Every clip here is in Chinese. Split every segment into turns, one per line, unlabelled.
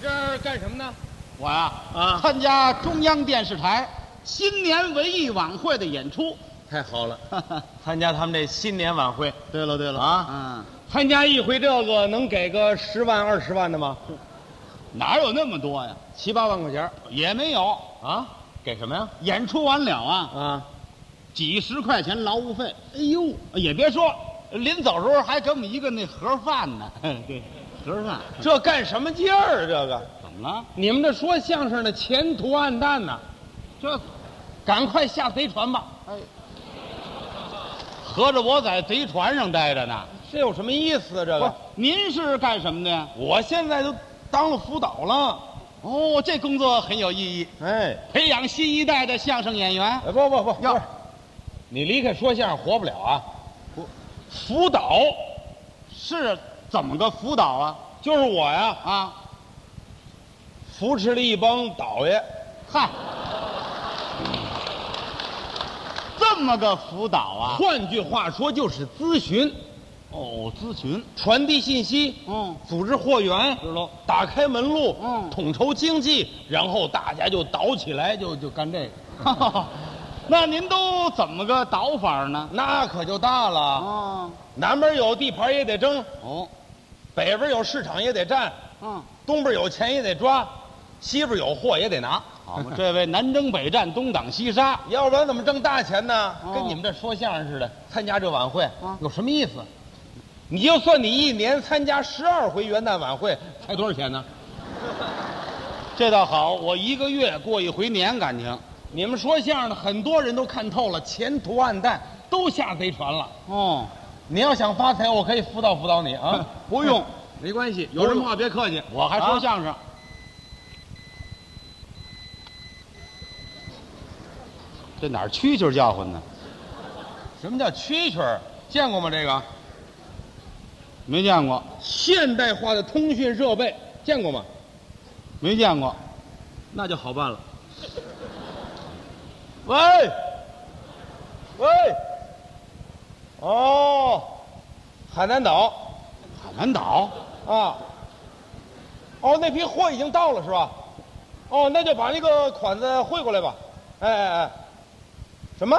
这儿干什么呢？
我呀，
啊
参加中央电视台新年文艺晚会的演出。
太好了，
哈哈
参加他们这新年晚会。对了对了啊，
啊，
参加一回这个能给个十万二十万的吗？
哪有那么多呀？
七八万块钱儿
也没有。
啊？给什么呀？
演出完了啊，
啊，
几十块钱劳务费。哎呦，也别说，临走时候还给我们一个那盒饭呢。对，盒饭
这干什么劲儿啊？这个
怎么了？
你们这说相声的前途暗淡呐、
这
赶快下贼船吧！
合着我在贼船上待着呢。
这有什么意思啊？这
不是
个，
您是干什么的呀？
我现在都当了辅导了。
哦，这工作很有意义，
哎，
培养新一代的相声演员。
哎不不不，
要
不是你离开说相声活不了啊！辅导
是怎么个辅导啊？
就是我呀，
啊，
扶持了一帮倒爷。
嗨，这么个辅导啊？
换句话说，就是咨询、
哦，咨询，
传递信息、
嗯，
组织货源，
知道
打开门路，
嗯
统筹经济，然后大家就倒起来，就就干这个，
那您都怎么个导法呢？
那可就大了。
啊，
南边有地盘也得争，
哦，
北边有市场也得占，
嗯，
东边有钱也得抓，西边有货也得拿。
好嘛，这位南征北战，东挡西杀，
要不然怎么挣大钱呢？
哦
跟你们这说相声似的，参加这晚会、
啊
有什么意思？你就算你一年参加十二回元旦晚会，才多少钱呢？
这倒好，我一个月过一回年，感情。
你们说相声的很多人都看透了，前途暗淡，都下贼船了。
哦，。
你要想发财，我可以辅导辅导你 啊
不用，没关系，有什么话别客气，我还说
啊
相声。这哪儿蛐蛐叫唤呢？
什么叫蛐蛐儿？见过吗？这个
没见过，
现代化的通讯设备见过吗？
没见过。
那就好办了。喂，喂，哦，海南岛
海南岛
啊，哦，那批货已经到了是吧？哦，那就把那个款子汇过来吧。哎哎哎，什么？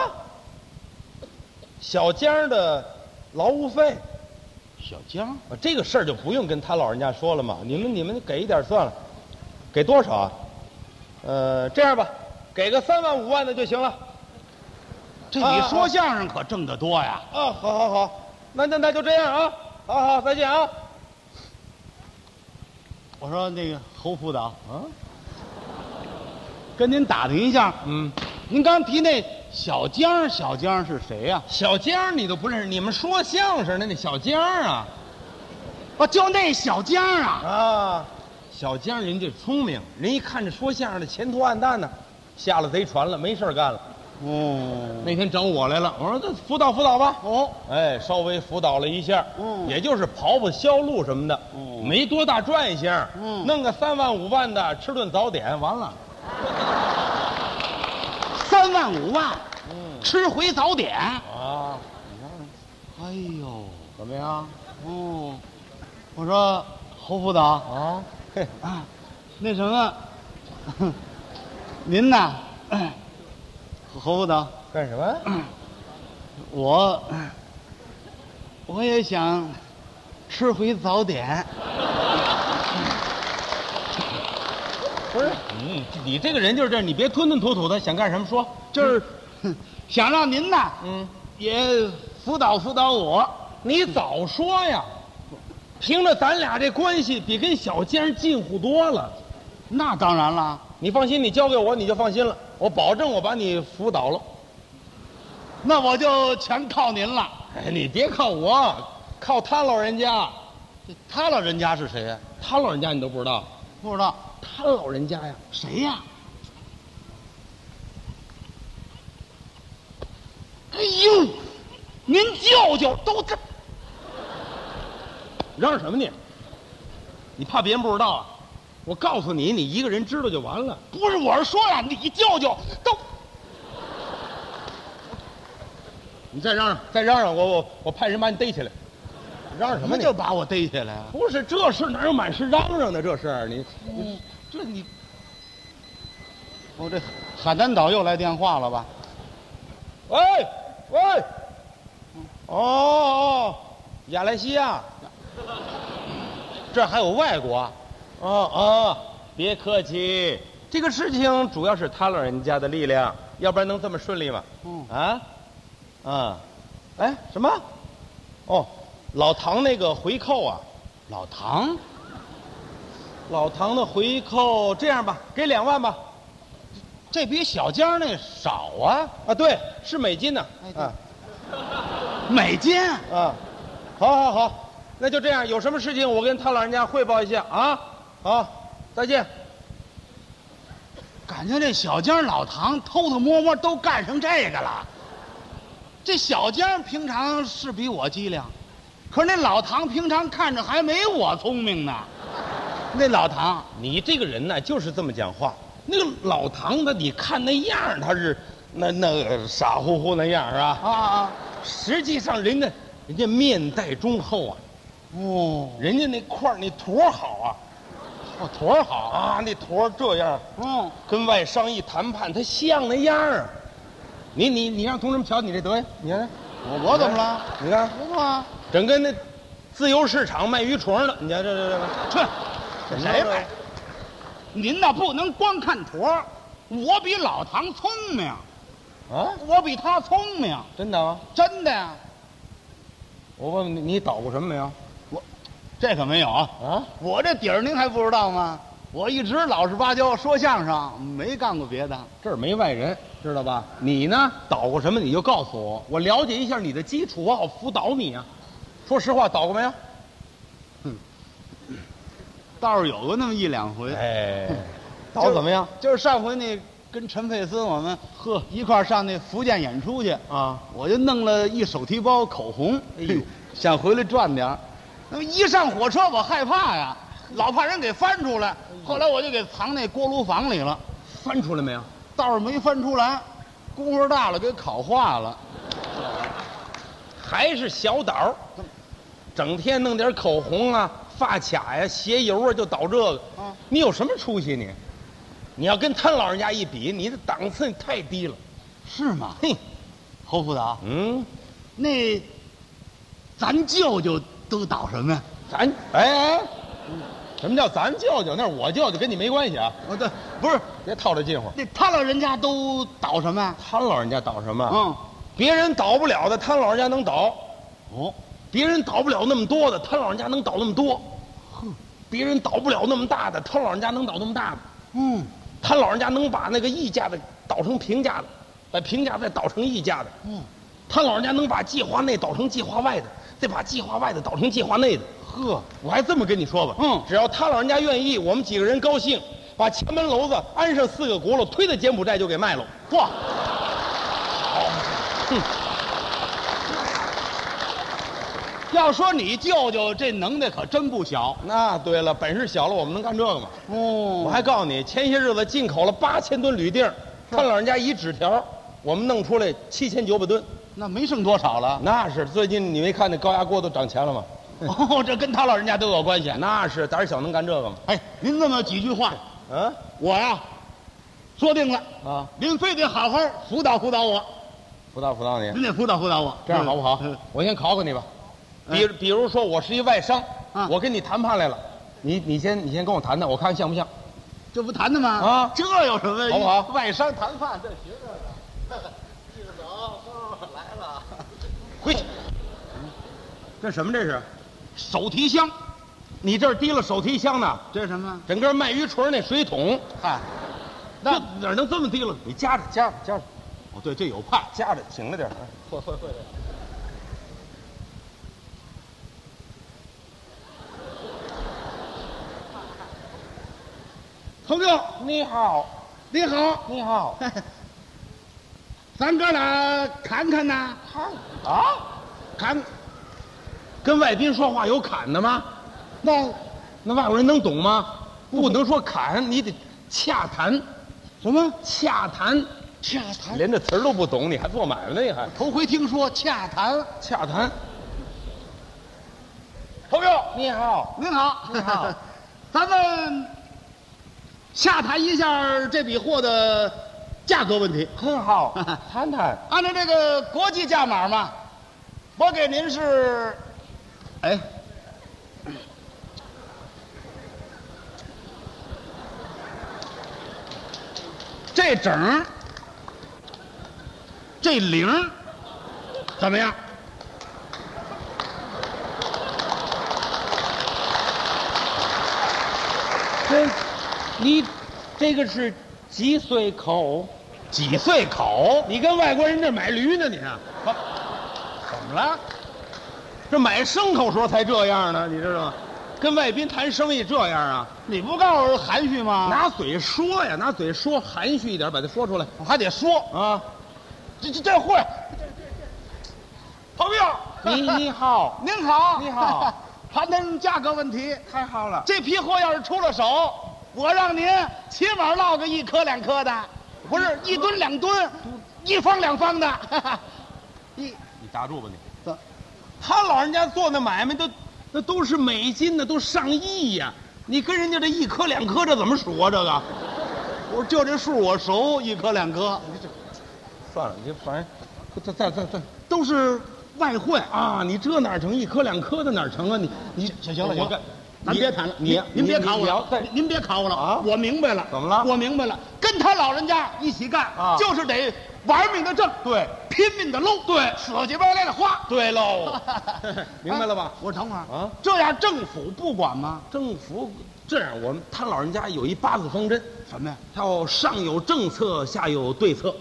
小江的劳务费，
小江
啊这个事儿就不用跟他老人家说了嘛。你们你们给一点算了，给多少啊？呃，这样吧，给个三万五万的就行了。
这
啊
你说相声可挣得多呀！
啊，好好好，那那那就这样啊，好好再见啊。
我说那个侯副导，啊，跟您打听一下，
嗯，
您刚提那小江，小江是谁呀、
小江你都不认识，你们说相声的那小江啊
哦，就那小江啊，
啊，小江人家聪明，人一看这说相声的前途暗淡呢，下了贼船了，没事儿干了。
哦，
那天找我来了，我说这辅导辅导吧。
哦，
哎，稍微辅导了一下，
嗯
也就是跑跑销路什么的，
哦
没多大赚性，
嗯
弄个三万五万的，吃顿早点，完了，
三万五万，
嗯
吃回早点。
啊，
哎呦，
怎么样
哦，我说侯副导
啊？嘿，
啊，那什么， 您 呐，侯副导，
干什么？
我我也想吃回早点。
不是你，嗯你这个人就是这样，你别吞吞吐吐的，想干什么说。
就是 想让您呐
嗯，
也辅导辅导我。
你早说呀！凭着咱俩这关系，比跟小江近乎多了。
那当然了，
你放心，你交给我，你就放心了。我保证，我把你辅导了。
那我就全靠您了。
哎，你别靠我，靠他老人家。
他老人家是谁呀、
他老人家你都不知道？
不知道
他老人家呀，
谁呀、哎呦，您舅舅都这
嚷嚷什么你？你怕别人不知道啊？我告诉你，你一个人知道就完了。
不是我是说呀，你舅舅都
你再嚷嚷，再嚷嚷，我我我派人把你逮起来。嚷嚷什
什
么
么
你？
叫把我逮起来啊？
不是这事哪有满是嚷嚷的？这是你你
这你，我这海南岛又来电话了吧？
喂喂，哦哦，亚来西亚，
这还有外国啊？
哦哦，
别客气，
这个事情主要是他老人家的力量，要不然能这么顺利吗？
嗯
啊，嗯，哎，什么？哦，老唐那个回扣啊，
老唐，
老唐的回扣，这样吧，给两万吧。
这比小江那少啊，
啊，对，是美金呢、
哎对
啊
美金。
啊，好，好，好，那就这样。有什么事情我跟他老人家汇报一下啊。好，再见。
感情这小江、老唐偷偷摸摸都干成这个了。这小江平常是比我机灵，可是那老唐平常看着还没我聪明呢。那老唐，
你这个人呢，就是这么讲话。那个老唐他，你看那样儿，他是那那个傻乎乎那样儿啊，
啊啊，
实际上人家人家面带忠厚啊，
哦，
人家那块儿那坨儿好啊，
我坨儿好，
啊，那坨儿这样儿，
嗯，
跟外商一谈判，他像那样儿啊。你你你让同志们瞧你这德行，你看
我我怎么了？
你看。
不错啊，
整跟那自由市场卖鱼虫的，你看这这这个
去，这谁买？
啊
您呐不能光看坨儿，我比老唐聪明，
啊？
我比他聪明，
真的啊吗？
真的呀。
我问问你，你捣鼓什么没有？
这可没有啊。
啊？
我这底儿您还不知道吗？我一直老实巴交说相声，没干过别的。
这儿没外人，知道吧？你呢，捣鼓什么你就告诉我，我了解一下你的基础，我好辅导你啊。说实话，捣鼓没有？
倒是有过那么一两回，
哎，
就
捣鼓怎么样？？
就是上回那跟陈佩斯我们呵一块儿上那福建演出去，
啊？
我就弄了一手提包口红，
哎呦
想回来赚点儿。那么一上火车我害怕呀，老怕人给翻出来。后来我就给藏那锅炉房里了，
翻出来没有？
倒是没翻出来，功夫大了给烤化了。
还是小捣儿，整天弄点口红啊、发卡呀、鞋油啊，就捣这个。
啊
你有什么出息你？你要跟他老人家一比，你的档次太低了。
是吗？
嘿，
侯副导，
嗯，
那咱舅舅都倒什么呀？
咱哎哎，什么叫咱舅舅？那是我舅舅，跟你没关系啊！
哦，对，不是
别套这近乎。
那他老人家都倒什么呀？
他老人家倒什么？
嗯，
别人倒不了的，他老人家能倒；
哦，
别人倒不了那么多的，他老人家能倒那么多。别人倒不了那么大的，他老人家能倒那么大的。
嗯，
他老人家能把那个溢价的倒成平价的，把平价再倒成溢价的。
嗯，
他老人家能把计划内倒成计划外的，再把计划外的倒成计划内的。
呵，
我还这么跟你说吧，
嗯
只要他老人家愿意，我们几个人高兴，把前门楼子安上四个轱辘，推到柬埔寨就给卖了。
嚯，
哼
要说你舅舅这能耐可真不小。
那对了，本事小了，我们能干这个吗？
哦
我还告诉你，前些日子进口了八千吨铝锭，他老人家一纸条，我们弄出来七千九百吨。
那没剩多 少了。
那是最近你没看那高压锅都涨钱了吗？
哦，这跟他老人家都有关系。
那是胆儿小能干这个吗？
哎，您这么几句话，
嗯
我呀、说定了，
啊，
您非得好好辅导辅导我，
辅导辅导你，
您得辅导辅导我，
哎这样好不好
嗯？
我先考考你吧，
嗯
比比如说我是一外商
啊，
我跟你谈判来了，你你先你先跟我谈谈，我看像不像？
这不谈的吗？
啊
这有什么？
好不好
外商谈判这学着 呢。记着走，叔叔来了。
回去，这什么这是？
手提箱，
你这儿提了手提箱呢？
这是什么？
整个卖鱼锤那水桶，
嗨，
那哪能这么提了？你夹着夹着夹着
哦对，这有派。
夹着，醒着点儿。
会会会的。朋友，
你好，
你好，
你好，
咱哥俩砍砍呐，
看啊，
砍。
跟外宾说话有砍的吗？
那
那外国人能懂吗？不能说砍，你得洽谈，
什么
洽谈。
洽谈？
连这词儿都不懂，你还做买卖呢？你还
头回听说洽谈。
洽谈？你好，
您好，
您好，
咱们洽谈一下这笔货的价格问题。
很 好，谈谈。
按照这个国际价码嘛，我给您是，哎，这整儿，这零儿，怎么样？
这，哎你这个是几岁口？
几岁口？
你跟外国人这买驴呢？你啊
啊怎么了？
这买牲口时候才这样呢，你知道吗？跟外宾谈生意这样啊？
你不告诉我含蓄吗？
拿嘴说呀，拿嘴说，含蓄一点，把它说出来
我还得说，
啊！
这这这会儿，朋友，
你你 好，
您好，
你 好，
谈谈价格问题。
太好了，
这批货要是出了手，我让您起码落个一颗两颗的，不
嗯
是一吨两吨，一方两方的。一
你打住吧你
怎。
他老人家做那买卖都，那都是美金呢，都上亿呀、你跟人家这一颗两颗，这怎么数啊？这个，
我就这数我熟，一颗两颗
算了，你反正，再再再再
都是外汇。
啊！你这哪成？一颗两颗的哪成啊？你你
行行了行
我
了
干，
咱
你
别谈了，
你
您您别
你
考我
你要
了，
再
您您别考我了
啊
我明白了，
怎么了
我明白了，跟他老人家一起干
啊
就是得玩命的挣，
对，
拼命的搂，对，死乞白赖的花，
对喽 明白了吧
哎我等会儿
啊
这样政府不管吗？
政府这样，我们他老人家有一八字方针，
什么呀？
叫上有政策，下有对策，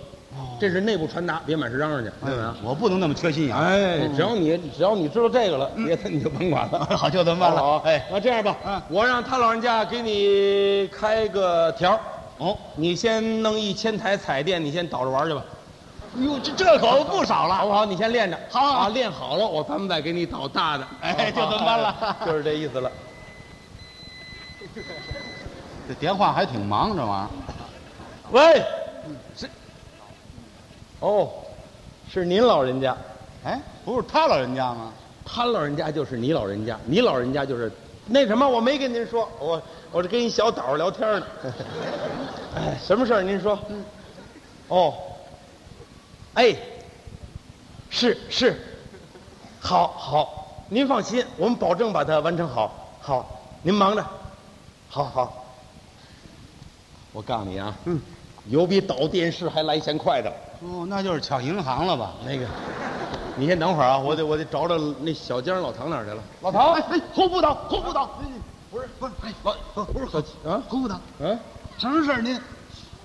这是内部传达，别满世嚷嚷去，对吧？
哎我不能那么缺心眼儿。
哎，只要你只要你知道这个了，别的你就甭管了。
好，就这么办了。
哎好好
哎，
那这样吧，
嗯
我让他老人家给你开个条儿，
哦，
你先弄一千台彩电，你先倒着玩去吧，
哟，这这可不
好
少了。
不好？你先练着，
好好好
啊，练好了，我咱们再给你倒大的，
哎
好不好
就这么办了
哎就是这意思了。
这电话还挺忙，这玩意
喂，是，哦，是您老人家，
儿。哎，不是他老人家吗？
他老人家就是你老人家，你老人家就是那什么，我没跟您说，我我这跟一小岛聊天呢。 哎，什么事儿？您说。哦，哎，是是，好好，您放心，我们保证把它完成好。好，您忙着，好好。我告诉你啊，嗯，有比倒电视还来钱快的。
哦，那就是抢银行了吧？
那个，你先等会儿啊，我得我得找找那小江老唐哪儿去了。
老唐，哎，侯副导，侯副导，不是不是，哎，老不是侯
啊
侯副导，
啊，
什么事儿您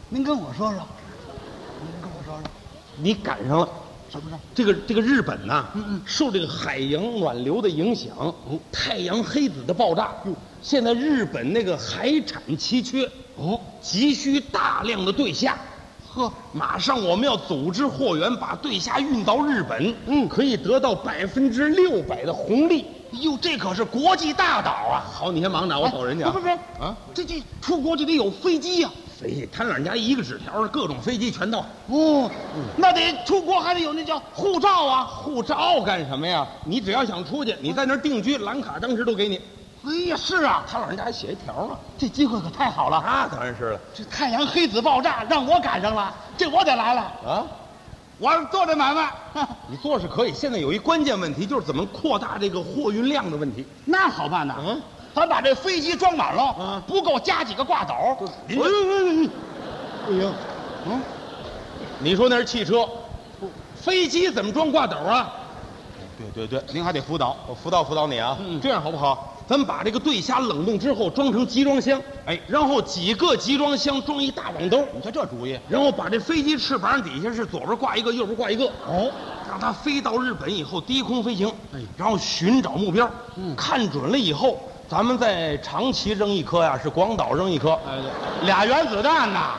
您跟我说说，您跟我说说
你赶上了。
什么事儿？
这个这个日本呐、
嗯嗯
受这个海洋暖流的影响，太阳黑子的爆炸，现在日本那个海产奇缺，
哦，
急需大量的对虾。
呵，
马上我们要组织货源，把对虾运到日本，嗯，可以得到百分之六百的红利。
哟，这可是国际大岛啊！
好，你先忙着，我找人家啊。
不不不，
啊，
这这出国就得有飞机呀、
飞机，他老人家一个纸条，各种飞机全到。
哦，
嗯
那得出国还得有那叫护照啊。
护照干什么呀？你只要想出去，你在那儿定居，蓝卡当时都给你。
哎呀，是啊，
他老人家还写一条呢。
这机会可太好了。
那当然是了
这太阳黑子爆炸让我赶上了，这我得来了。
啊！
我做这买卖，
你做是可以，现在有一关键问题，就是怎么扩大这个货运量的问题。
那好办呐。
嗯
咱把这飞机装满了，
嗯
不够加几个挂斗。您
喂喂喂喂，不行，
嗯，
你说那是汽车，飞机怎么装挂斗啊？对对对，
您还得辅导。
我辅导辅导你啊，这样好不好？咱们把这个对虾冷冻之后装成集装箱，哎，然后几个集装箱装一大网兜，
你瞧这主意，
然后把这飞机翅膀底下是左边挂一个，右边挂一个，
哦，
让它飞到日本以后低空飞行，然后寻找目标，看准了以后，咱们在长崎扔一颗呀，是广岛扔一颗，
哎俩原子弹呐，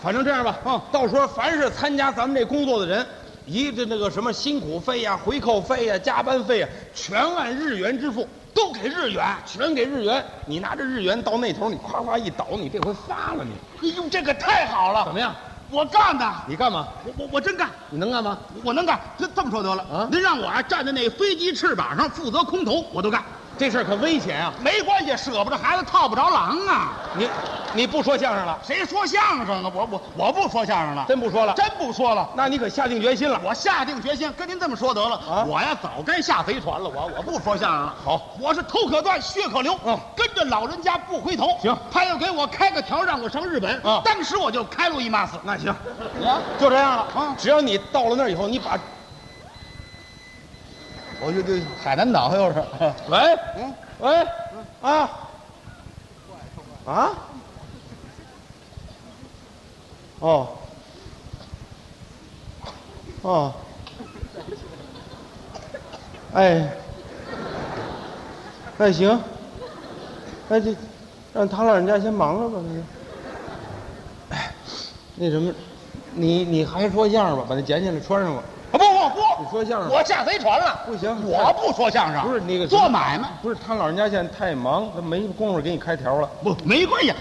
反正这样吧，嗯，到时候凡是参加咱们这工作的人，一这那个什么辛苦费呀、回扣费呀、加班费呀，全按日元支付，
都给日元。
全给日元。你拿着日元到那头，你夸夸一倒，你这回发了你，
哎呦，这个太好了！
怎么样？
我干的，
你干嘛？
我我我真干。
你能干吗？
我能干，这这么说得了
啊
您让我啊站在那飞机翅膀上负责空投，我都干。
这事儿可危险啊！
没关系，舍不得孩子套不着狼啊！
你你不说相声了，
谁说相声啊？我我我不说相声了，
真不说了，
真不说了。
那你可下定决心了。
我下定决心跟您这么说得了，
啊
我呀早该下贼船了，我我不说相声了。
好，
我是头可断，血可流，
嗯
跟着老人家不回头。
行
他要给我开个条，让我上日本，
啊
当时我就开路易马斯。
那行，
啊，
就这样了
啊
只要你到了那儿以后，你把
我就就海南岛又是，
喂，
嗯
喂，啊，啊，哦，哦，哎，那行，那就让他老人家先忙着吧，那就。哎那什么，你你还说相声吧，把那捡起来穿上吧。
啊不不不，
你说相声
我下贼船了，
不行
我不说相声，
不是那个什么
做买卖，
不是他老人家现在太忙，他没工夫给你开条了。
不没关系，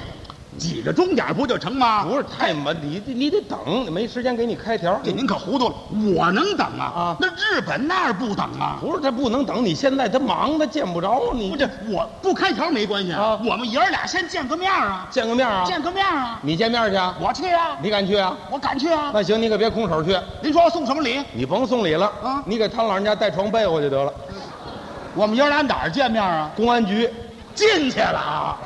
挤着钟点不就成吗？
不是太忙，你你得等，没时间给你开条。
这您可糊涂了，我能等啊？
啊
那日本那儿不等啊？
不是他不能等，你现在他忙，他见不着你。
不是，我不开条没关系啊，
啊
我们爷儿俩先见个面儿啊，
见个面啊？
见个面儿啊，
你见面去啊？
我去啊，
你敢去啊？
我敢去啊。
那行，你可别空手去，
您说我送什么礼？
你甭送礼了
啊
你给他老人家带床被窝就得了。
我们爷儿俩哪儿见面啊？
公安局，
进去了啊，